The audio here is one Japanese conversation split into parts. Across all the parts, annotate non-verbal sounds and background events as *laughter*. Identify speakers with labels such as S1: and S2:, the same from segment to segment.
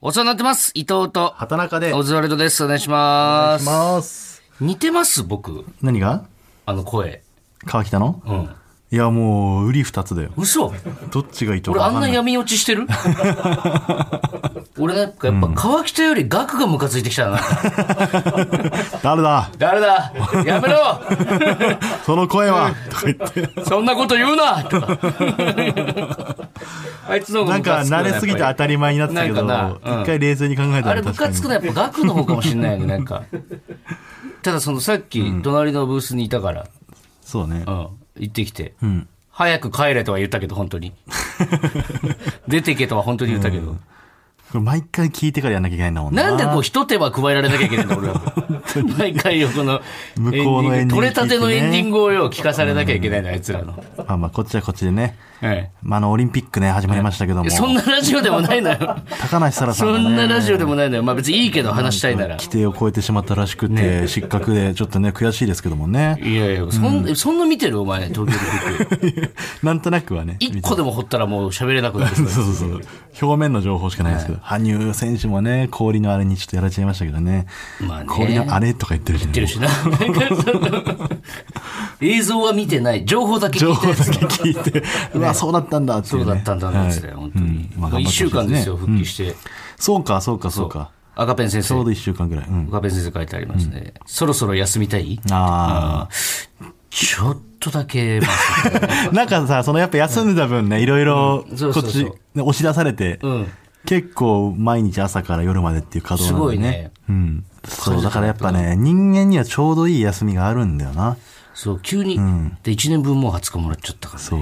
S1: お世話になってます。伊藤と、
S2: 畑中で
S1: オズワルドです。お願いします。
S2: ます。
S1: 似てます僕。
S2: 何が
S1: あの声。
S2: 川北の
S1: うん。
S2: いや、もう、売り二つだよ。
S1: 嘘
S2: どっちがいいとか
S1: 俺
S2: わ
S1: あ
S2: か
S1: ん
S2: んな。
S1: ない闇落ちして
S2: *laughs*
S1: る俺なんかやっぱ川北より額がムカついてきたな。
S2: 誰だ
S1: 誰だやめろ
S2: その声はとか言
S1: *laughs*
S2: って。
S1: そんなこと言うなと
S2: *laughs*
S1: か。あいつの方が
S2: なん
S1: ムカ
S2: か、
S1: つくな
S2: 慣れすぎて当たり前になってたけど、
S1: なんかなうん
S2: 一回冷静に考えた
S1: あれ
S2: ら
S1: ム
S2: 確
S1: カ
S2: か
S1: つ
S2: に
S1: く。のはやっぱ額の方かもしれないよね、なんか。ただそのさっき隣のブースにいたから、
S2: そうね
S1: う。ん、行ってきて、早く帰れとは言ったけど、本当に。 *laughs* 出てけとは本当に言ったけど。
S2: これ毎回聞いてからやんなきゃいけないんだもんな。
S1: なんでこう一手間加えられなきゃいけないんだ、俺は。毎回よ、この、
S2: 向こうのエンディング聞いてね
S1: 取れたてのエンディングをよ、聞かされなきゃいけないの、あいつらの。
S2: まあまあ、こっちはこっちでね。
S1: え
S2: まあ、あの、オリンピックね、始まりましたけど
S1: え
S2: も。
S1: そんなラジオでもないの
S2: *laughs*
S1: よ。
S2: 高梨沙羅さん
S1: そ
S2: がね。
S1: んなラジオでもないのよ。まあ別にいいけど話したいなら。
S2: 規定を超えてしまったらしくて、失格で、ちょっとね、悔しいですけどもね。
S1: いやいや、そんそんな見てるお前、東京
S2: *laughs*
S1: オリンピック。
S2: なんとなくはね。
S1: 一個でも掘ったらもう喋れなくなる。
S2: そうそうそう。表面の情報しかないですけど、羽生選手もね、氷のあれにちょっとやられちゃいましたけどね。
S1: まあね
S2: 氷のあれとか言ってるじゃ
S1: 言ってるし
S2: *laughs*
S1: な。映像は見てない。情報だけ聞
S2: 情
S1: いて
S2: 報
S1: る
S2: だ。け聞い *laughs* て、うわ、そうだったんだってい
S1: そう
S2: ね、
S1: うだったんだな
S2: は
S1: ん
S2: い
S1: つって、本当に。
S2: うんまあ
S1: 1週間ですよ、
S2: 頑張ってほしい
S1: 復帰して。
S2: そうか、そうか、そうか。
S1: 赤ペン先
S2: ちょ
S1: 生
S2: うど。1週間ぐらい。うん。
S1: 赤ペン先生書いてありますね。そろそろ休みたい
S2: あ
S1: ちょっとだ
S2: *laughs*
S1: け、ま
S2: あ。なんかさ、そのやっぱ休んでた分ね、いろいろ、
S1: うんそう
S2: こ
S1: そう
S2: っ
S1: そう
S2: ち、ね押し出されて、
S1: ん
S2: 結構毎日朝から夜までっていう
S1: あ
S2: 稼
S1: す
S2: 働なん
S1: ご
S2: で
S1: い
S2: ね。
S1: ね。
S2: うん。そう、だからやっぱね、人間にはちょうどいい休みがあるんだよな。
S1: そう、急に。で、1年分もう20日もらっちゃったから。
S2: そう。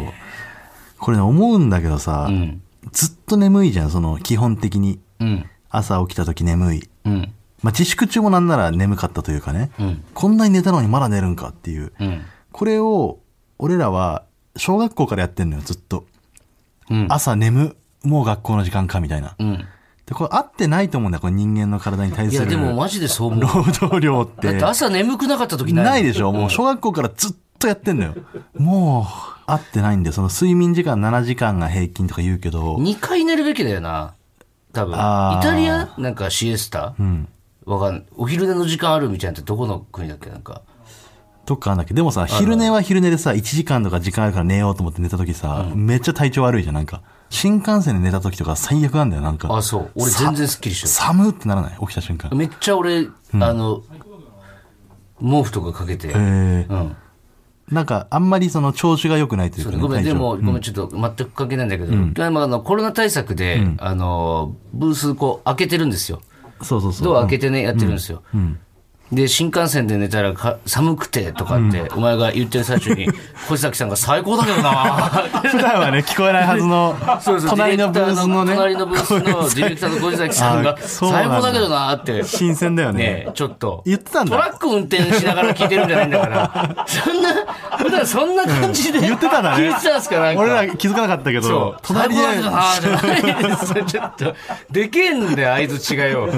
S2: これね、思うんだけどさ、
S1: うん。
S2: ずっと眠いじゃん、その、基本的に。
S1: うん。
S2: 朝起きた時眠い。
S1: うん。
S2: まあ、自粛中もなんなら眠かったというかね。
S1: うん。
S2: こんなに寝たのにまだ寝るんかっていう。
S1: うん。
S2: これを、俺らは、小学校からやってんのよ、ずっと。
S1: うん。
S2: 朝眠、もう学校の時間か、みたいな。
S1: うん。
S2: で、これ合ってないと思うんだよ、これ人間の体に対
S1: い
S2: す
S1: や、
S2: る。
S1: で
S2: *laughs*
S1: もマジでそう思う。
S2: 労働量っ
S1: だってて。朝眠くなかった時ない。
S2: ないでしょもう小学校からずっとやってんのよ。もう、合ってないんだよ。その睡眠時間7時間が平均とか言うけど。
S1: 2回寝るべきだよな。多分。イ
S2: あー
S1: タリアなんかシエスタ
S2: うん。
S1: わかんない。お昼寝の時間あるみたいなってどこの国だっけなんか。
S2: とかあんだっけどでもさ、昼寝は昼寝でさ、1時間とか時間あるから寝ようと思って寝た時さ、めっちゃ体調悪いじゃん、なんか。新幹線で寝た時とか最悪なんだよ、なんか。
S1: あ、そう。俺全然スッキリしてる。
S2: 寒ってならない起きた瞬間。
S1: めっちゃ俺、あの、毛布とかかけて。
S2: えー
S1: うん。
S2: なんか、あんまりその調子が良くないというかね、
S1: ごめん、
S2: 体
S1: で
S2: 調
S1: も、ごめん、ちょっと全く関係ないんだけど、今あのコロナ対策で、あの、ブースこう開けてるんですよ。
S2: そうそうそう。
S1: ドア開けてね、やってるんですよ。で、新幹線で寝たらか寒くてとかって、お前が言ってる最 *laughs* 中に、小崎さんが最高だけどな
S2: *laughs* 普段はね、聞こえないはずの
S1: *laughs* そうそう、
S2: 隣のブースのね、
S1: ディレクターの隣のブースのディレクターの小崎さんが、
S2: あそうなん
S1: 最
S2: だ
S1: 高だけどなって。
S2: 新鮮だよ
S1: ね
S2: ね。 *laughs*
S1: え、ちょっと。
S2: 言ってたんだ
S1: トラック運転しながら聞いてるんじゃないんだ
S2: *laughs*
S1: から。そんな、普段そんな感じで。
S2: 言ってたんだね
S1: 聞いてたんですか、なんか。
S2: 俺ら気づかなかったけ
S1: そう
S2: ど、。隣で、
S1: 最高だけどなじゃないですよ。ちょっと、でけんだよ、合図違いを。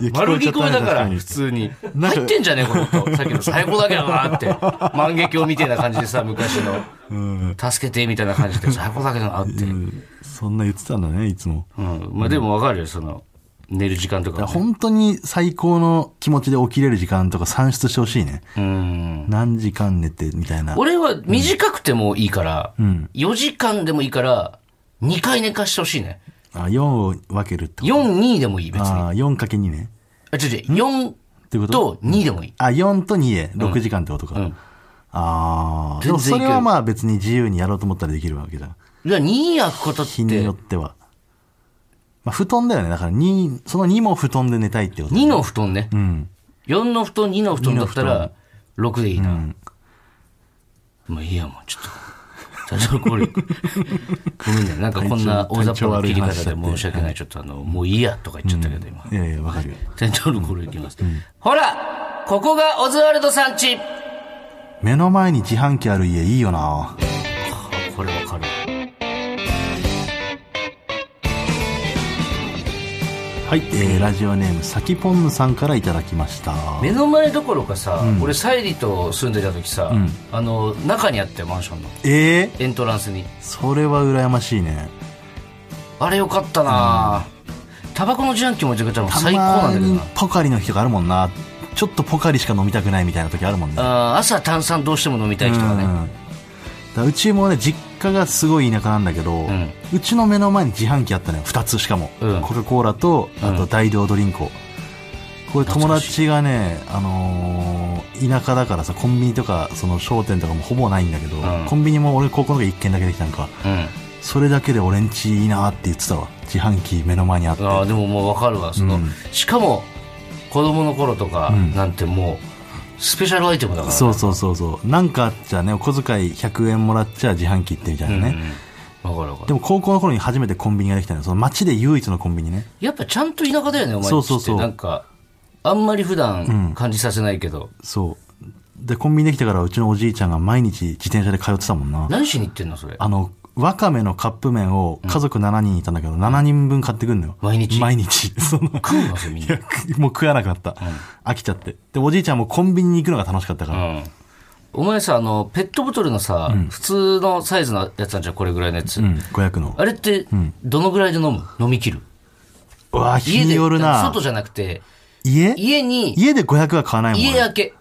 S2: いや
S1: 丸聞こえだから、
S2: 聞こえちゃったね確かに
S1: 普通に。
S2: なんか
S1: 入ってんじゃねえ、この
S2: *laughs*
S1: 音。さっきの最高だけどなって。万華鏡みたいな感じでさ、昔の。助けて、みたいな感じで、最高だけどなって。
S2: うんそんな言ってたんだね、いつも。
S1: うん。まあでもわかるよ、その、寝る時間とか
S2: だ
S1: も
S2: から
S1: ね。
S2: 本当に最高の気持ちで起きれる時間とか算出してほしいね。
S1: うん。
S2: 何時間寝てみたいな。
S1: 俺は短くてもいいから、
S2: ん
S1: 4時間でもいいから、2回寝かしてほしいね。
S2: あ、4を分けるってこと
S1: 4、2でもいい、別に。あ、
S2: ああ、4かけ2ね。
S1: 違う違う、
S2: ってこ
S1: 4
S2: と
S1: と2でもいい。
S2: あ、4と2で6時間ってことか。
S1: ん
S2: ああ。で
S1: 全
S2: も
S1: 然いける
S2: それはまあ別に自由にやろうと思ったらできるわけじゃん。
S1: じゃあ2開くことっ、
S2: 日によってては。まあ布団だよね。だから2、その2も布団で寝たいってこと。
S1: 2の布団ね
S2: う。ん。
S1: 4の布団、2の布団だった
S2: 二
S1: ら、6でいいな。もういいや、もうちょっと。体調これごめんね。なんかこんな大雑把な切り方で申し訳ない。ちょっとあの、もういいやとか言っちゃったけど、今。
S2: いやいや、わかるよ。
S1: 店長の頃行きます。ほらここがオズワルドさんち
S2: 目の前に自販機ある家いいよな。
S1: これわかる。
S2: はい。えー、ラジオネーム、さきぽんぬさんからいただきました。
S1: 目の前どころかさ、俺沙莉と住んでた時さ、あの中にあったよマンションの
S2: ええ
S1: エントランスに
S2: それは羨ましいね。
S1: あれよかったな、タバコの自販機持ってくれたらもう
S2: た
S1: 最高な
S2: ま
S1: んだけど
S2: に
S1: な
S2: ポカリの日とかあるもんなちょっとポカリしか飲みたくないみたいな時あるもんね
S1: あー朝炭酸どうしても飲みたい人が
S2: うん
S1: ね
S2: だからうちもね実家がすごい田舎なんだけど、うんちの目の前に自販機あったのよ2つしかも、
S1: うん
S2: コカ・コーラとあ
S1: う
S2: と
S1: ん
S2: 大量ドリンクをこれ友
S1: 懐かしい
S2: 達がね、あのー田舎だからさコンビニとかその商店とかもほぼないんだけど、
S1: うん
S2: コンビニも俺高校の時1軒だけできたのか
S1: うん
S2: それだけで俺んちいいなって言ってたわ自販機目の前にあって
S1: あーでももう分かるわその、
S2: うん
S1: しかも子供の頃とか
S2: ん
S1: なんてもうスペシャルアイテムだからね
S2: そうそうそうそうなんかあっちゃねお小遣い100円もらっちゃ自販機行ってみたいなね、
S1: うん、分かる分か
S2: で
S1: る
S2: も高校の頃に初めてコンビニができたのよその街で唯一のコンビニね
S1: やっぱちゃんと田舎だよねお前
S2: そうそうそう
S1: ってなんかあんまり普段感じさせないけど、
S2: そうでコンビニできてからうちのおじいちゃんが毎日自転車で通ってたもんな
S1: 何しに行ってんのそれ
S2: あのわかめのカップ麺を家族7人いたんだけど、7人分買ってくんのよ
S1: 毎日
S2: 毎日その
S1: 食うのそれみん
S2: い
S1: な
S2: やもう食わなくなった、飽きちゃってでおじいちゃんもコンビニに行くのが楽しかったから、
S1: うんお前さあのペットボトルのさ、普通のサイズのやつなんじゃんこれぐらいのやつ、
S2: うん、500の
S1: あれってどのぐらいで飲む飲み切る
S2: うわ日
S1: 家で
S2: によるな
S1: 外じゃなくて
S2: 家
S1: 家に
S2: 家で500は買わないもん
S1: 家
S2: 俺
S1: 開け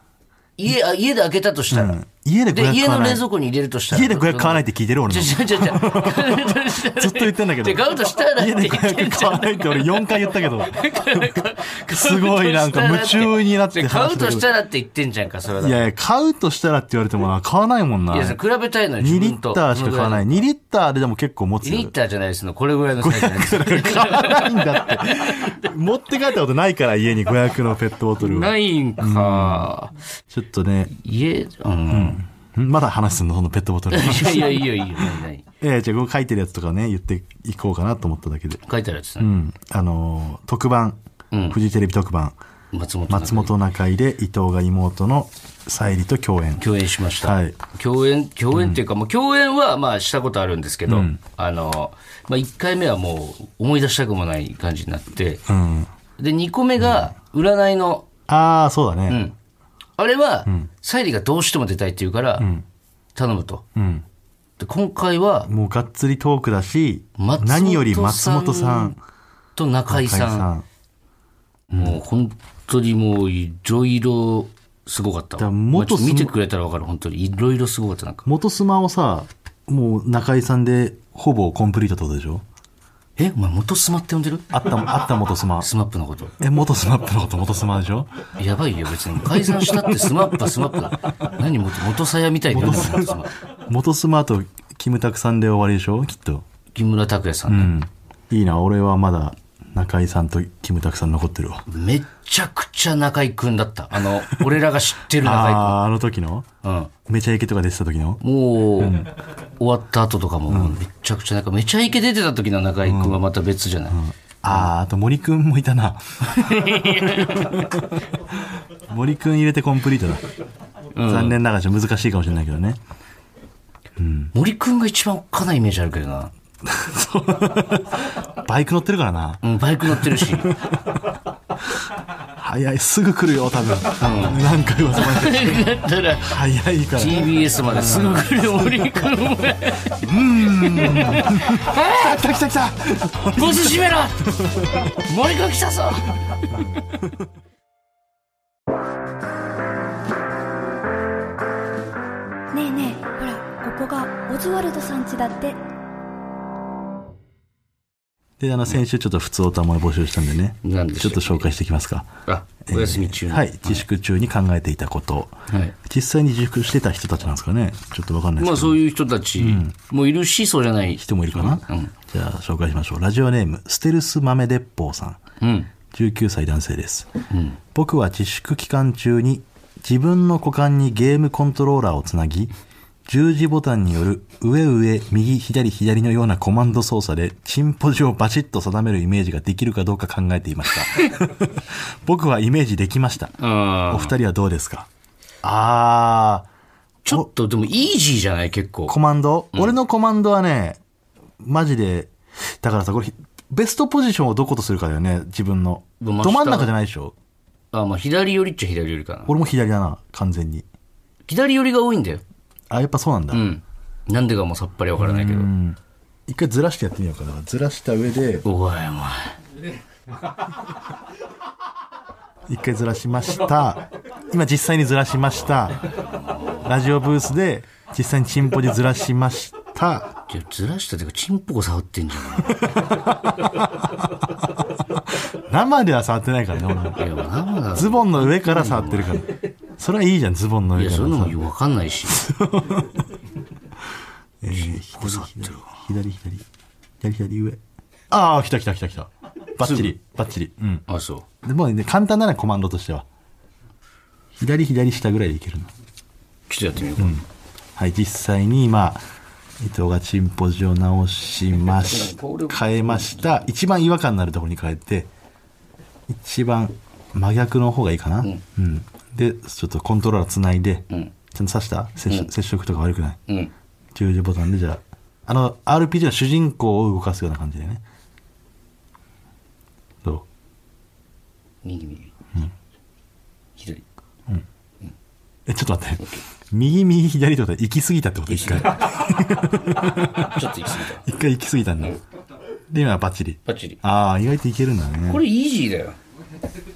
S1: 家あ家で開けたとしたら、
S2: うん家で500
S1: で
S2: 買
S1: 家
S2: わ
S1: の
S2: ない
S1: 冷蔵庫に入れるとしたら
S2: 家で500買わないって聞いてる俺
S1: ち
S2: の
S1: ょちょちょちょ
S2: ずっと言ってんだけど
S1: で買うとしたらって
S2: 家
S1: 言
S2: で
S1: ってんじ
S2: 500買
S1: ゃん
S2: わないって俺4回言ったけどす
S1: す
S2: ごいなんか夢中になって
S1: 買
S2: 話
S1: う
S2: して
S1: と
S2: る
S1: したらって言ってんじゃんかそれだ
S2: いやいや、買うとしたらって言われてもな、買わないもんな。
S1: いやそ
S2: 2
S1: れ比べたいのよ自
S2: リ
S1: 分
S2: ッ
S1: と
S2: ターしか買わない。
S1: い
S2: 2リッターででも結構持つ
S1: 2
S2: よ。
S1: リッターじゃないですのこれぐらいのサイズなんです
S2: 買わないんだって。持って帰ったことないから、家に500のペットボトルを。
S1: ないんか、
S2: ちょっとね、
S1: 家うん、 *laughs*
S2: んまだ話すんの、そのペットボトル。
S1: いやいやいいよいいよ何何
S2: ええ、じゃあ、こう書いてるやつとかね、言っていこうかなと思っただけで。
S1: 書いてあるやつ
S2: う
S1: ね、
S2: ん。あのー、特番
S1: うん。
S2: フジテレビ特番。
S1: 松本
S2: 松本中居で伊藤が妹の沙莉と共演。
S1: 共演しました、
S2: はい
S1: 共演共演っていうか、もう共演はまあしたことあるんですけど、あのまあ、1回目はもう思い出したくもない感じになって
S2: うん。
S1: で2個目が占いの、
S2: ああ、そうだね。
S1: うんあれは沙莉、がどうしても出たいって言うから、頼むと、
S2: ん
S1: で今回は
S2: もうがっつりトークだし、
S1: 松本さん
S2: 何より松本さん、
S1: と中居
S2: 中居
S1: さん
S2: さん。
S1: もう本当にもういろいろすごかったわ
S2: だから元
S1: まあちょっと見てくれたら分かる本当にいろいろすごかったなんか
S2: 元スマをさ、もう中居さんでほぼコンプリートってことでしょ
S1: えお前元スマって呼んでる
S2: あった、 *laughs* あった元スマ。
S1: スマップのこと
S2: え、元スマップのこと元スマでしょ
S1: やばいよ、別に。解散したってスマップはスマップだ。何もと、元さやみたいになってるスマップ
S2: 元スマとキムタクさんで終わりでしょきっと。
S1: 木村拓哉さん
S2: う
S1: ね、
S2: ん。いいな、俺はまだ中居さんとキムタクさん残ってるわ。
S1: めちゃくちゃ中居くんだった。あの、俺らが知ってる中
S2: ああー、あの時の
S1: 居くん。うん。
S2: めちゃイケとか出てた時の
S1: もう、終わった後とかも、めちゃくちゃなんか、めちゃイケ出てた時の中居くんはまた別じゃない。
S2: ああ、あと森くんもいた *laughs* な。森くん入れてコンプリートだ。残念ながらちょっと難しいかもしれないけどね。
S1: 森くんが一番おっかないイメージあるけどな。
S2: バイク乗ってるからな。
S1: うん、バイク乗ってるし。
S2: 早い、すぐ来るよ、多分。何回もまで。
S1: だったら、
S2: 早いから。
S1: TBS まですぐ来る森くんお前
S2: 来た来た来た
S1: ボス閉めろ森君来たぞ
S3: ねえねえほらここがオズワルドさん家だって
S2: で、あの、先週ちょっと普通おたまを募集したんでね。
S1: 何でし
S2: ち
S1: ょ
S2: ょ
S1: う
S2: っと紹介していきますか。
S1: あ、お休み中、
S2: えーはい。自粛中に考えていたこと。
S1: はい
S2: 実際に自粛してた人たちなんですかね。ちょっとわかんないで
S1: まあ
S2: すけど。
S1: そういう人たちもいるし、そうじゃない人
S2: 人もいるかな、
S1: うん
S2: じゃあ紹介しましょう。ラジオネーム、ステルス豆鉄砲さ
S1: う
S2: ん。
S1: ん
S2: 19歳男性です、
S1: ん
S2: 僕は自粛期間中に自分の股間にゲームコントローラーをつなぎ十字ボタンによる上上右左左のようなコマンド操作でチンポジをバチッと定めるイメージができるかどうか考えていました
S1: *laughs*
S2: 僕はイメージできましたお
S1: あー
S2: 二人はどうですかあー
S1: ちょっとでもイージーじゃない結構
S2: コマンド、俺のコマンドはねマジでだからさこれベストポジションをどことするかだよね自分のど
S1: 真下
S2: 真ん中じゃないでしょ
S1: あまあ左寄りっちゃ左寄りかな
S2: 俺も左だな、完全に。
S1: 左寄りが多いんだよ
S2: あ、やっぱそうなんだ。
S1: うんなんでかもうさっぱりわからないけど
S2: 一回ずらしてやってみようかな。ずらした上で、
S1: おいお前
S2: 一回ずらしました今実際にずらしましたラジオブースで実際にチンポジずらしました
S1: じゃあずらしたというかチンポを触ってんじゃ
S2: 生では触ってないからね俺
S1: んいや生だ
S2: ズボンの上から触ってるからそれはいいじゃんズボンの
S1: い
S2: 上
S1: や
S2: か
S1: そうい
S2: ら
S1: うの
S2: さ
S1: もよくわかんないし
S2: えー
S1: チンポ触ってるわ
S2: 左左左左左上ああ来た来た来た来たバッチリバッチリうん
S1: あそう
S2: でもうね簡単なのコマンドとしては左左下ぐらいでいけるの
S1: ちょっとやってみようか、
S2: はい、実際に今、伊藤がチンポジを直しまし、変えました。一番違和感のあるところに変えて、一番真逆の方がいいかな。うん。で、ちょっとコントローラーつないで、
S1: ん
S2: ちゃんと刺した接触,、接触とか悪くない。
S1: うん
S2: 十字ボタンで、じゃあ、あの、RPG の主人公を動かすような感じでね。ど
S1: 右右、左
S2: うえ、ちょっと待って。右、右、左ってことは行き過ぎたってこと一回。
S1: ちょっと行き過ぎた
S2: 一回行き過ぎたんだ。で、今はバッチリ。
S1: バッチリ
S2: ああ、意外といけるんだね。
S1: これイージーだよ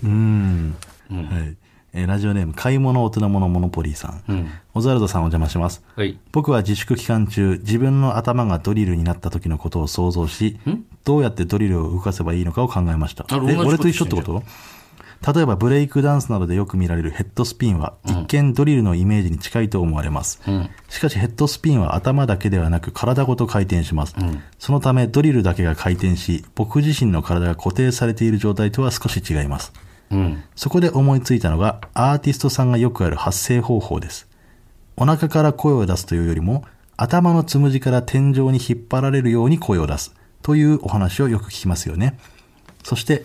S2: うん、はいえーラジオネーム買い物大人物モノポリーさん、オズワルドさんお邪魔します
S1: はい
S2: 僕は自粛期間中自分の頭がドリルになった時のことを想像しどうやってドリルを動かせばいいのかを考えました
S1: あ同じ
S2: え
S1: こと
S2: 俺と一緒ってこと例えばブレイクダンスなどでよく見られるヘッドスピンは一見ドリルのイメージに近いと思われます、しかしヘッドスピンは頭だけではなく体ごと回転します、そのためドリルだけが回転し僕自身の体が固定されている状態とは少し違います
S1: うん
S2: そこで思いついたのがアーティストさんがよくある発声方法です。お腹から声を出すというよりも頭のつむじから天井に引っ張られるように声を出すというお話をよく聞きますよね。そして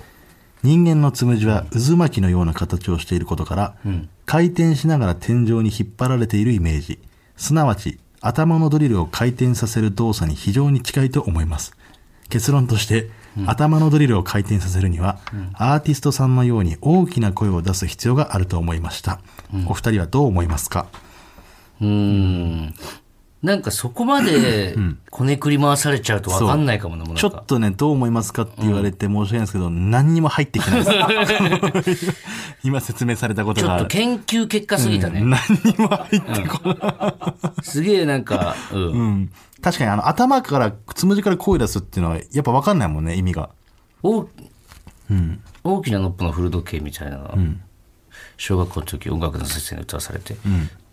S2: 人間のつむじは渦巻きのような形をしていることから、回転しながら天井に引っ張られているイメージすなわち頭のドリルを回転させる動作に非常に近いと思います。結論として、頭のドリルを回転させるには、アーティストさんのように大きな声を出す必要があると思いました、お二人はどう思いますか
S1: うーんなんかそこまでこねくり回されちゃうとわかんないかもな、もうなん
S2: ちょ
S1: か
S2: っとねどう思いますかって言われて申し訳ないですけど、何にも入ってきてないです
S1: *laughs*
S2: 今説明されたこと
S1: ちょ
S2: が
S1: っ
S2: あ
S1: と
S2: る
S1: 研究結果すぎたね。
S2: 何にも入ってこない、
S1: すげえなんか、うん。
S2: うん確かにあの頭からつむじから声出すっていうのはやっぱ分かんないもんね意味が
S1: 大大きなノッポの古時計みたいなのが、小学校の時音楽の先生に歌わされて、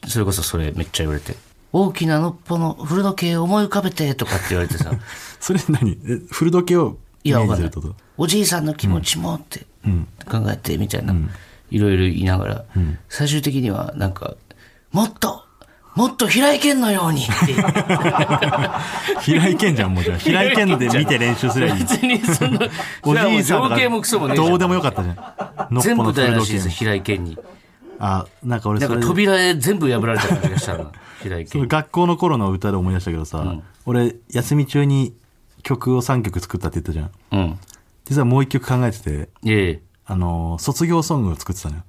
S1: それこそそれめっちゃ言われて、大きなノッポの古時計を思い浮かべてとかって言われてさ、
S2: それ何え古時計を
S1: い
S2: イ
S1: や、
S2: メ
S1: わ
S2: ー
S1: かんない
S2: ジするってこと。
S1: おじいさんの気持ちもって考えてみたいな、いろいろ言いながら、最終的にはなんか、もっともっと平井堅のよう
S2: *laughs*
S1: にって言って
S2: 平井堅じゃんもう
S1: *laughs*
S2: じゃあ平井堅で見て練習すればいい
S1: 別にその、
S2: おじいさん
S1: 情
S2: が
S1: 景もクソもねえじゃん
S2: どうでもよかったじゃん。
S1: 全
S2: ノ
S1: 部
S2: ッポ
S1: 台
S2: の古
S1: 無
S2: 時
S1: しで
S2: 計
S1: す、平井堅に。
S2: あ、なんか俺
S1: なん
S2: そ
S1: か
S2: れ、
S1: 扉へ全部破られた感じがした
S2: *laughs*
S1: な、平井堅
S2: その。学校の頃の歌で思い出したけどさ、俺、休み中に曲を3曲作ったって言ったじゃん。
S1: うん。
S2: 実はもう1曲考えてて、
S1: ええ。
S2: あのー、卒業ソングを作ってたのよ。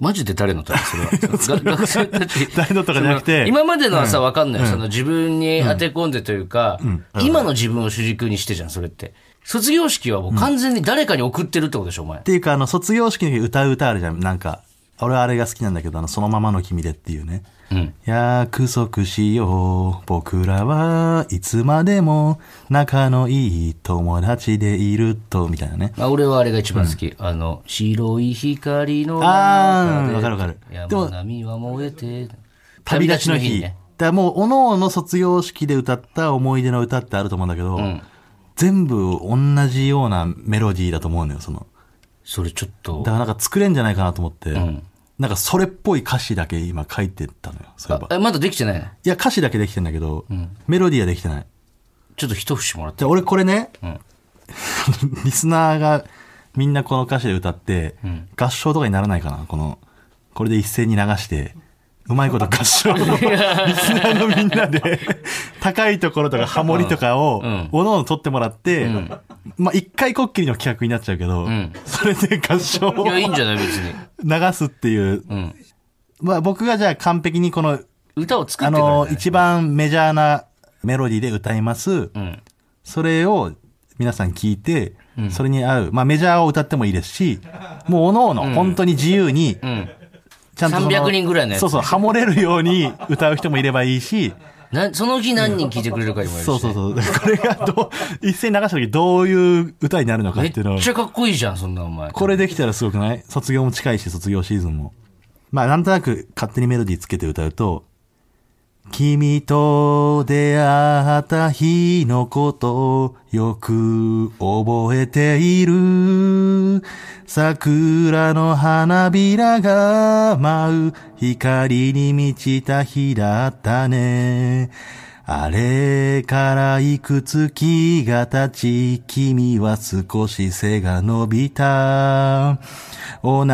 S1: マジで誰の歌それは。
S2: *laughs*
S1: が学生たち。
S2: 誰のとかじゃなくて
S1: その今までのはさ、わかんないよ。その自分に当て込んでというか、今の自分を主軸にしてじゃん、それって。卒業式はもう完全に誰かに送ってるってことでしょ、お前
S2: っ。ていうか、あの、卒業式の時歌う歌あるじゃん。なんか、俺はあれが好きなんだけど、あの、そのままの君でっていうね。
S1: ん
S2: 約束しよう。僕らはいつまでも仲のいい友達でいると、みたいなね。
S1: まあ、俺はあれが一番好き。あの、白い光の
S2: あー
S1: 中で
S2: わかるわかるでも
S1: 山並みは燃えて。
S2: 旅立ちの日。
S1: に
S2: だ
S1: ね
S2: からもう、おのおの卒業式で歌った思い出の歌ってあると思うんだけど、全部同じようなメロディーだと思うのよ、その。
S1: それちょっと
S2: だ。からなんか作れんじゃないかなと思って、なんかそれっぽい歌詞だけ今書いてったのよ、そういえば。
S1: あえまだできてないの
S2: いや、歌詞だけできてんだけど、メロディーはできてない。
S1: ちょっと一節もらって
S2: じ。ゃあ俺これね、
S1: ん
S2: リスナーがみんなこの歌詞で歌って、合唱とかにならないかなこの、これで一斉に流して、うまいこと合唱
S1: *laughs*
S2: をリスナーのみんなで、高いところとかハモリとかを、おのおの取ってもらって、まあ一回こっきりの企画になっちゃうけど、
S1: ん
S2: それで合唱を
S1: いや、いいんじゃない別に。
S2: 流すっていう、
S1: ん
S2: まあ僕がじゃあ完璧にこの
S1: 歌を作っ
S2: あ
S1: てくれる、
S2: の、一番メジャーなメロディーで歌います。
S1: ん
S2: それを皆さん聞いて、それに合う、まあメジャーを歌ってもいいですし、もうおのおの、本当に自由に、ちゃんとその
S1: 300人ぐらいのやつ
S2: そうそう、ハモれるように歌う人もいればいいし、
S1: なその日何人聞いてくれるかにもよるし
S2: そうそうそう。これがどう、一斉に流した時どういう歌になるのかっ
S1: め
S2: ていうのを
S1: っちゃかっこいいじゃん、そんなお前。
S2: これできたらすごくない卒業も近いし、卒業シーズンも。まあ、なんとなく勝手にメロディーつけて歌うと、君と出会った日のことよく覚えている桜の花びらが舞う光に満ちた日だったねあれからいくつ月が経ち、君は少し背が伸びた。同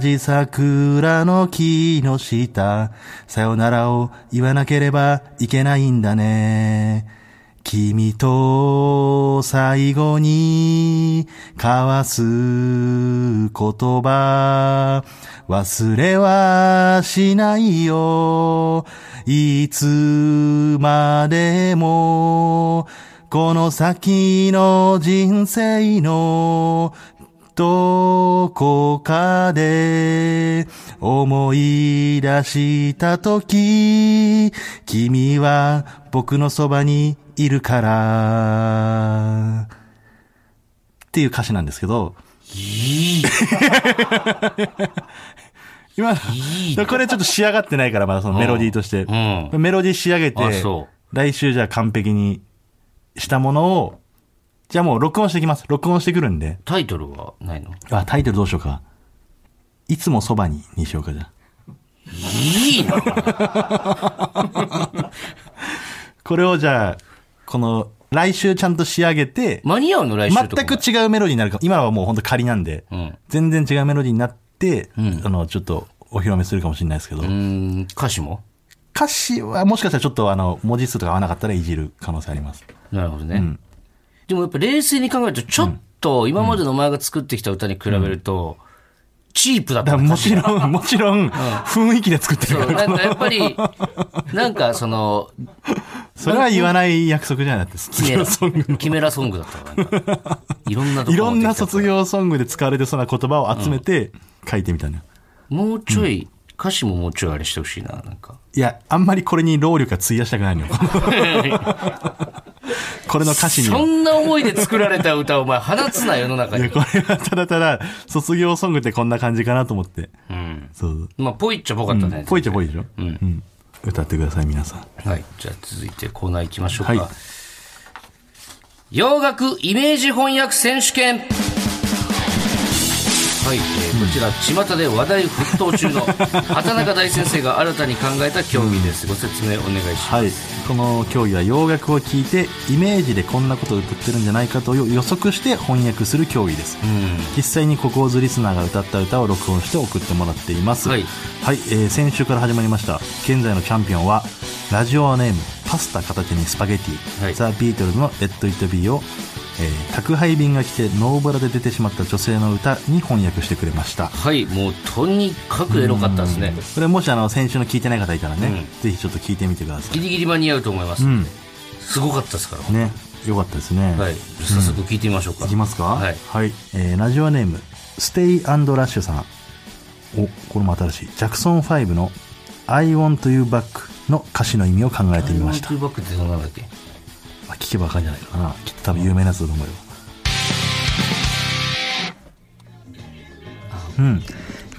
S2: じ桜の木の下、さよならを言わなければいけないんだね。君と最後に交わす言葉忘れはしないよいつまでもこの先の人生のどこかで思い出したとき、君は僕のそばにいるから、っていう歌詞なんですけど、
S1: いい。
S2: 今の
S1: いい
S2: これちょっと仕上がってないから、まだそのメロディーとして。
S1: うんうん
S2: メロディー仕上げて
S1: あそ、
S2: 来週じゃあ完璧にしたものを、じゃあもう録音してきます。録音してくるんで。
S1: タイトルはないの
S2: あ、タイトルどうしようか。いつもそばににしようかじゃあ。
S1: いいな。
S2: これをじゃあ、この、来週ちゃんと仕上げて、
S1: 間に合うの来週
S2: 全
S1: とか。
S2: く違うメロディーになるかも。今はもう本当仮なんで、
S1: うん
S2: 全然違うメロディーになって、
S1: ん
S2: あの、ちょっとお披露目するかもしれないですけど、
S1: うーん、歌詞も
S2: 歌詞はもしかしたらちょっとあの、文字数とか合わなかったらいじる可能性あり
S1: *laughs*
S2: ます。
S1: なるほどね。でもやっぱ冷静に考えると、ちょっと今までのお前が作ってきた歌に比べると、チープだった
S2: だから
S1: ね
S2: もちろ
S1: *laughs*
S2: ん、もちろん、雰囲気で作ってる
S1: そ
S2: か
S1: う、
S2: ら、
S1: なんかやっぱり、なんかその、
S2: それは言わない約束じゃなくて、卒
S1: キメ
S2: 業
S1: ラ
S2: ソング。、
S1: キメラソングだったわなんかいろんなとこ
S2: いろんな卒
S1: 業。
S2: 業ソングで使われてそうな言葉を集めて書いてみたんだよ。
S1: もうちょい、歌詞ももうちょいあれしてほしいな、なん
S2: *laughs*
S1: か。
S2: いや、あんまりこれに労力は費やしたくないのよ。これの歌詞には
S1: そんな思いで作られた歌をお前放つな世の中
S2: いや、
S1: に。
S2: これはただただ、卒業ソングってこんな感じかなと思って。
S1: うん。
S2: そう。
S1: まあ、ぽいっちゃぽかったね。
S2: ぽいちゃぽいでしょうんん。歌ってください、皆さん。
S1: はい。じゃあ続いてコーナー行きましょうか。
S2: はい
S1: 洋楽イメージ翻訳選手権。はい、えーこちら、巷で話題沸騰中
S2: *laughs*
S1: の畑中大先生が新たに考えた競技です。ご説明お願いします。
S2: はい。この競技は洋楽を聴いて、イメージでこんなことを歌ってるんじゃないかと予測して翻訳する競技です。実際にココーズリスナーが歌った歌を録音して送ってもらっています。
S1: はい
S2: はい、えー先週から始まりました。現在のチャンピオンは、ラジオネーム、パスタ片手にスパゲティ、
S1: はい
S2: ザ・ビートルズのレッド・イット・ビーを、えー宅配便が来てノーブラで出てしまった女性の歌に翻訳してくれました。
S1: はい、もうとにかくエロかったですね。
S2: これもしあの、先週の聞いてない方いたらね、ぜひちょっと聞いてみてくださ
S1: ギ
S2: い。
S1: リギリ間に合うと思います。
S2: うん。
S1: すごかったですから。
S2: ね、よかったですね。
S1: はい。早速聞いてみましょうか。
S2: いきますか
S1: はい。
S2: えーラジオネーム、ステイラッシュさん。お、これも新しい。ジャクソン5の I want you back の歌詞の意味を考えてみました。
S1: トゥーバックってなんだっけ
S2: まあ聞けばわかるんじゃないかな。きっと多分有名なやつだと思うよ。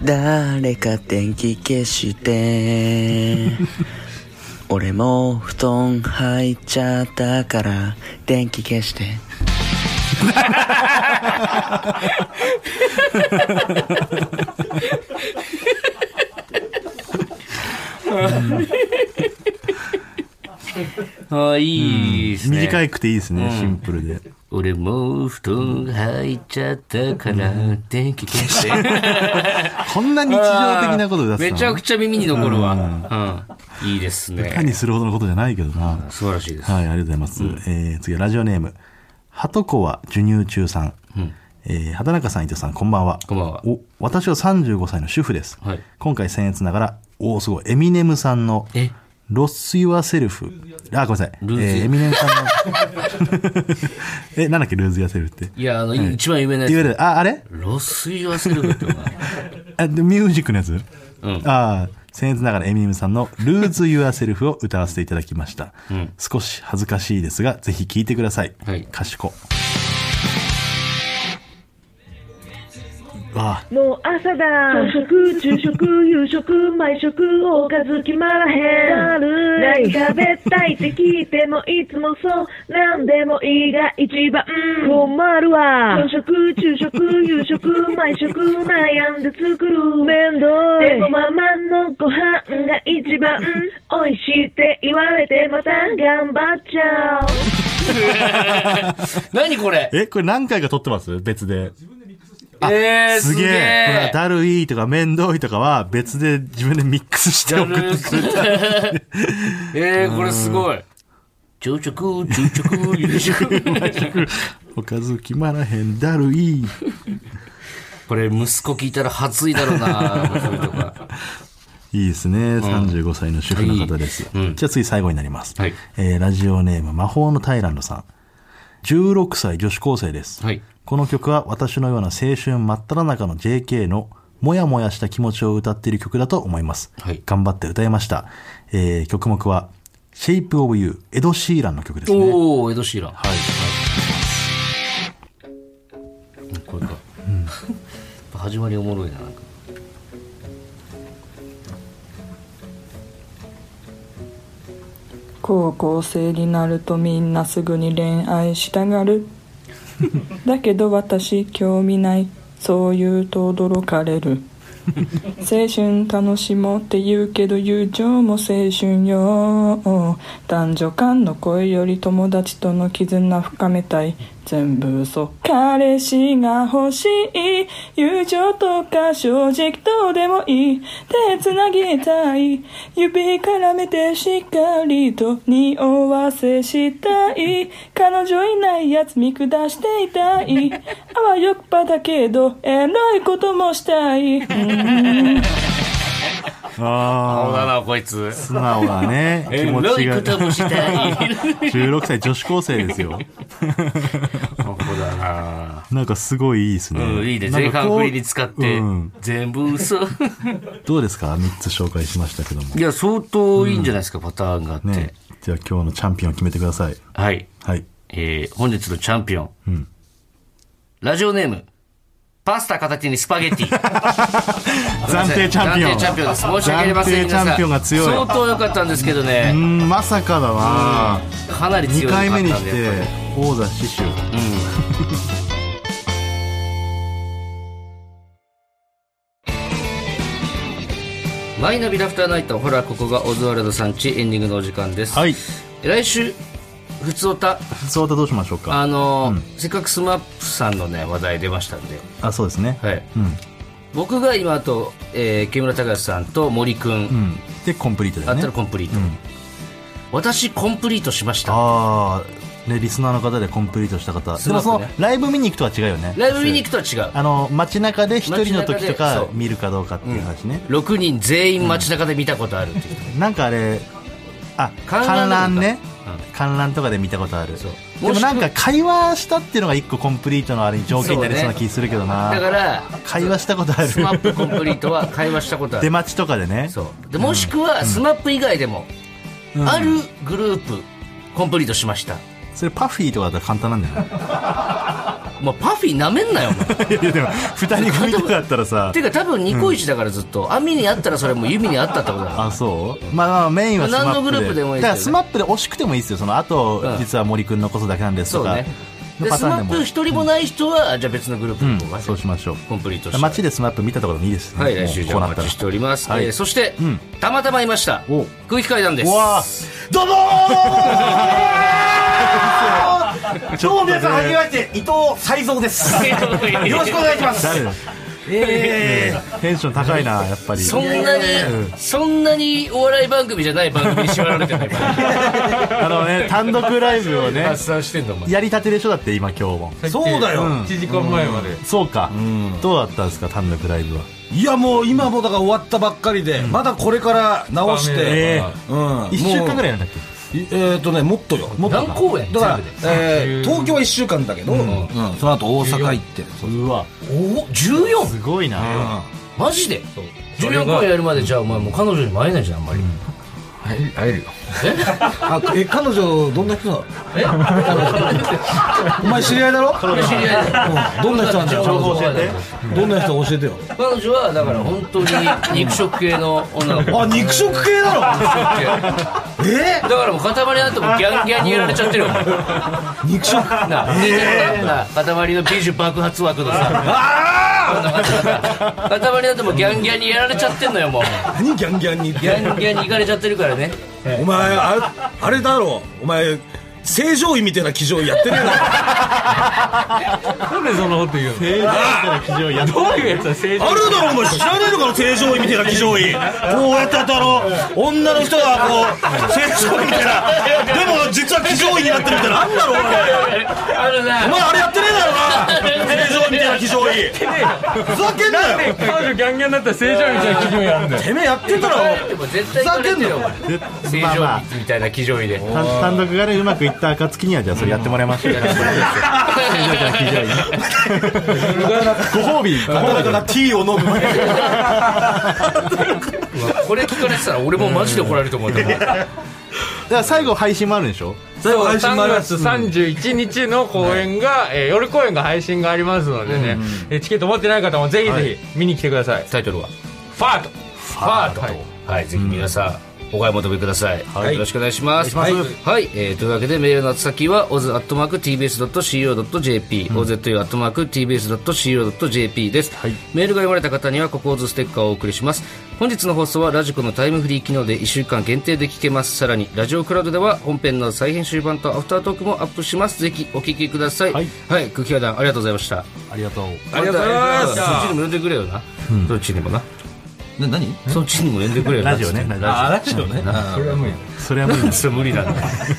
S4: 誰か電気消して俺も布団入っちゃったから電気消して
S1: ああ、いいですね。
S2: 短くていいですね、シンプルで。
S1: 俺も布団入っちゃったから、電気消
S2: *laughs*
S1: して。
S2: こんな日常的なことだって
S1: め
S2: た
S1: ちゃ
S2: の
S1: くちゃ耳に残るわ。うん。いいです
S2: 歌
S1: ね。
S2: にするほどのことじゃないけどな。
S1: 素晴らしいです。
S2: はい、ありがとうございます。えー次はラジオネーム、はとこは授乳中さん。えー畑中さん、伊藤さん、こんばんは。
S1: こんばんは
S2: お、私は35歳の主婦です。
S1: はい
S2: 今回僭越ながら、おーすごい、エミネムさんの
S1: え
S2: ロス・ユア・セルフ。あ、ごめんなさい。え
S1: ルーズ
S2: ーエミネムさんの。 *laughs* え、なんだっけ、ルーズ・ユア・セルフって。
S1: いや、あの、一番有名なや
S2: いわゆ
S1: つ。
S2: る、あ、あれ
S1: ロス・イワセルフってのが
S2: *laughs* あでミュージックのやつ、
S1: うん
S2: ああ僭越ながらエミネムさんの「ルーズ・ユア・セルフ」を歌わせていただきました、
S1: ん
S2: 少し恥ずかしいですがぜひ聴いてください、
S1: はい
S2: 賢わあ
S5: もう朝だ朝食昼食夕食毎食おかず決まらへん何食べたいって聞いてもいつもそう何でもいいが一番困るわ朝食昼食夕食毎食悩んで作る面倒でもママのご飯が一番美味しいって言われてまた頑張っちゃう
S1: 何これ
S2: えこれ何回か撮ってます別で
S1: えー、
S2: す
S1: す
S2: げ
S1: げ
S2: えこれは
S1: え
S2: だるいとか面倒いとかは別で自分でミックスして
S1: や
S2: 送っ
S1: る
S2: てくれた
S1: *laughs* えー、これすごい。朝食、昼食、夕食。
S2: おかず決まらへんだるい
S1: これ、息子聞いたら熱いだろう *laughs* な、そういうとか。
S2: いいですね。35歳の主婦の方です。
S1: はいうん
S2: じゃあ次最後になります。
S1: はい
S2: えーラジオネーム、魔法のタイランドさん。16歳女子高生です。
S1: はい
S2: この曲は私のような青春真っ只中の JK のもやもやした気持ちを歌っている曲だと思います。
S1: はい
S2: 頑張って歌いました。えー曲目は、Shape of You、エド・シーランの曲ですね。
S1: おお、エド・シーラン。はい。これか。始まりおもろいな、なんか。
S6: 高校生になるとみんなすぐに恋愛したがるだけど私興味ないそう言うと驚かれる青春楽しもうって言うけど友情も青春よ男女間の恋より友達との絆深めたい全部嘘彼氏が欲しい友情とか正直どうでもいい手つなぎたい指絡めてしっかりと匂わせしたい彼女いないやつ見下していたいあわよくばだけどエロいこともしたい、
S2: あ
S1: 顔だな、こいつ。
S2: ー素直だ
S1: *laughs*
S2: ね。気
S1: エ
S2: 持
S1: ロ
S2: ち
S1: い
S2: が
S1: こ。ともしたい。
S2: 16歳女子高生ですよ。
S1: *laughs* ここだな。
S2: なんかすごいいいですね。
S1: うん、いいね。
S2: なん
S1: 前
S2: か
S1: 半
S2: こう
S1: 振りに使って
S2: うん、
S1: 全部 *laughs* 嘘。
S2: どうですか ?3 つ紹介しましたけども
S1: い。や、相当いいんじゃないですか、パターンがあって。
S2: ね。じゃあ今日のチャンピオンを決めてください。
S1: はい。
S2: はい。
S1: えー、本日のチャンピオン。
S2: ん
S1: ラジオネーム、パスタ片手にスパゲッティ。
S2: 暫定チャンピオン
S1: 暫定チャンピオンです。申し訳ありません。
S2: 暫定チャンピオンが強い
S1: 皆さん相当良かったんですけど
S2: うー
S1: ね、
S2: ん、まさかだな
S1: かなり
S2: 2
S1: 強かった
S2: 回
S1: んで。
S2: 目にして
S1: やっぱり、
S2: 王座死守。
S1: マイナビラフターナイト、ほら、ここがオズワルドさんち、エンディングのお時間です。
S2: はい。
S1: 来週、ふつおた、
S2: そうだどうしましょうか。
S1: あのー
S2: う
S1: せっかくスマップさんのね、話題出ましたんで、
S2: あ、そうですね。
S1: はい。
S2: うん。
S1: 僕が今あと、えー、木村隆さんと森くん、
S2: うん。で、コンプリートだ
S1: あ
S2: よ
S1: っ
S2: ね
S1: たら。コンプリート、
S2: うん
S1: 私コンプリートしました
S2: ああ、ね、リスナーの方でコンプリートした方。
S1: ス
S2: で
S1: マ
S2: も
S1: ホ
S2: そ
S1: ね
S2: の、ライブ見に行くとは違うよね。
S1: ライブ見に行くとは違う
S2: あの、街中で一人の時と
S1: 街中で
S2: か
S1: そう
S2: 見るかどうかっていう話ね。
S1: 6人全員街中で見たことあるっていう、
S2: なんかあれ、あ、
S1: 観覧
S2: 観覧ね
S1: う。
S2: 観覧とかで見たことある。
S1: そう
S2: でもなんか会話したっていうのが一個コンプリートのあれに条件になりそうな気するけどな。
S1: だから
S2: 会話したことあ
S1: スマッ
S2: る。
S1: プコンプリートは会話したことあ
S2: 出
S1: る
S2: 待ちとかでね。
S1: そうでもしくはスマップ以外でも、
S2: うん
S1: あるグループコンプリートしました
S2: それパフィーとかだったら簡単なんだよね。
S1: もうパフィーなめんなよお前
S2: いやいやでも、二人組とか *laughs* だったらさ
S1: て。いうか多分ニコイチだからずっと網にあったらそれもう指にあったってことだ
S2: *laughs*
S1: な
S2: あ、そうまあまあメインはスマップで。
S1: 何のグループでもいいですよね
S2: だからスマップで惜しくてもいいですよ。その後、
S1: うん
S2: 実は森くんのことだけなんです
S1: そ
S2: と
S1: う
S2: か。
S1: ね
S2: の
S1: で
S2: パ
S1: ス
S2: ター
S1: マ
S2: ン
S1: ッ
S2: でも
S1: プ。一人もない人は、じゃあ別のグループ
S2: う
S1: の
S2: ん
S1: 方が、、
S2: そうしましょう。
S1: コンプリートして
S2: 街でスマップ見たところでもいいですね。
S1: はい、
S2: もう
S1: 来週じゃ
S2: こう
S1: あお
S2: なった
S1: 待
S2: ら
S1: ちしております。
S2: はい
S1: えーそして、
S2: うん
S1: たまたまいました
S2: お。
S1: 空気階段です。
S2: うわどうも *laughs* ーちょっとね
S7: 皆さん、はじめまして、伊藤才蔵です。よろしくお願いします。
S2: 誰だ
S1: え
S2: テンション高いなやっぱり
S1: ーそんなに
S2: うん
S1: そんなにお笑い番組じゃない番組に縛られて
S2: *laughs*
S1: ない
S2: あのね単独ライブをね
S1: 発散してんだお前
S2: やりたてでしょだって今今日も
S7: そうだよ、
S2: うん
S7: 1時間前まで、
S2: そうか、どうだったんですか単独ライブはい
S7: やもう今もだから終わったばっかりで、まだこれから直して、
S2: え
S7: うん、
S2: 1週間ぐら
S7: い
S2: いなんだっけ
S7: えーっとねもっとよもっ
S1: 何公演
S7: だから
S1: 全部で、
S7: えー東京は1週間だけど、うんその後大阪行ってそう
S2: うわ
S1: おお 14?
S2: すごいな、
S1: マジで
S7: それ
S1: 14
S7: が
S1: 公演やるまでじゃあお前もう彼女にも会えないじゃんあんまり
S7: 会えるよあえ彼女どんな人なのお前知り合いだろ
S1: 知り合いだ
S7: うんどんな人なんだよ
S1: 情報教えて
S7: どんな人教えてよ
S1: 彼女はだから本当に肉食系の女の子
S7: あ肉食系だろえ
S1: だからもう塊なんてもうギャンギャンにやられちゃってるよお前
S7: ー肉食
S1: なあ、なあ塊の美女爆発枠のさこんな感じでさ *laughs* 塊だともうギャンギャンにやられちゃってんの
S7: *laughs*
S1: よもう
S7: 何ギャンギャンに
S1: ギャンギャンに行かれちゃってるからね
S7: お前あれあれだろお前正常位みたいな騎乗位やってねえな
S8: なんでそんなこと言うの
S2: えー、なんか記事をやって
S8: どういうやつだ正常
S7: あるだろお前知らねえのかな正常位みたいな騎乗位こうやってやったろ女の人がこう正常位みたいなでも実は騎乗位になってるみたいなあんだろお前
S1: ある
S7: お
S1: な
S7: 前あれやってねえだろな正常位みたいな騎乗位ふざけんなよ
S8: 彼女ギャンギャンだったら正常位みたいな気分やるんだよ
S7: てめえやってんだろ
S1: でも絶対行かれてるよお前正
S2: まあま
S1: 常
S2: あ
S1: みたいな騎乗位で
S2: 単単独がねうまくいった暁にはじゃあそれやってもらいましょう、 *laughs* ご褒美ご
S7: な
S2: 褒
S7: かなかティーを飲む
S1: これ聞かれてたら俺もマジで怒られると思うよ
S2: 美だから最後配信もあるんでしょ
S8: そう
S7: 配信もあ
S8: 3
S7: りま
S8: 月
S7: す
S8: 31日の公演が、えー夜公演が配信がありますのでね、えーチケット持ってない方もぜひぜひ見に来てください、
S1: タイトルは
S8: ファート
S1: ファートと
S8: はい
S1: はいぜひ皆さんお買い求めくださいはいよろしくお願いしますはいはいえーというわけでメールの宛先は oz.tbs.co.jp oz.tbs.co.jp ですメールが読まれた方にはここオズステッカーをお送りします本日の放送はラジコのタイムフリー機能で1週間限定で聞けますさらにラジオクラウドでは本編の再編集版とアフタートークもアップしますぜひお聞きくださいはい空気階段ありがとうございました
S2: ありがとう
S1: ありがとうございますそっちにも呼んでくれよなどっちにもな
S7: な何
S1: そっちにも呼んでくれよな
S2: ラジオねラジオ
S7: あラジオね
S8: それは無理
S2: それは無理
S1: それ無理なん *laughs* だ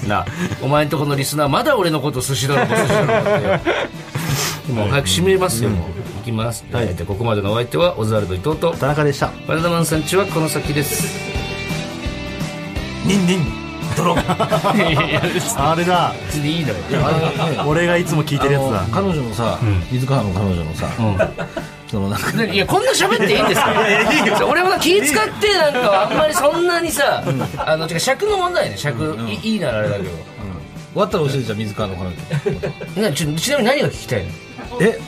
S1: なあお前んとこのリスナーまだ俺のこと寿司だろ寿司だろってもう早く締めますよ、もう行きます、はい、でここまでのお相手はオズワルド伊藤と
S2: 田中でした
S1: バナナマンさんちはこの先です
S7: ニンニンドロン
S1: いやい *laughs* や別
S2: あれだ
S1: にいいだろ
S2: 俺がいつも聞いてるやつだ
S7: あの彼女のさ、水川の彼女のさ、そのなんか
S1: いやこんな喋っていいんですか俺も気使ってなんかあんまりそんなにさあのてか尺の問題ね尺、いいいならあれだけど
S7: 終わったら教えてじゃあ水川の彼女
S1: なちょちなみに何が聞きたいの
S7: え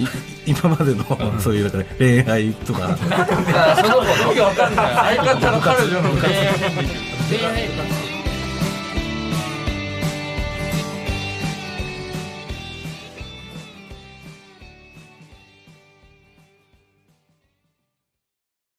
S7: い今までの、そういうだから恋愛とか
S1: あその子の
S8: わかんない相方の彼女の
S1: 恋愛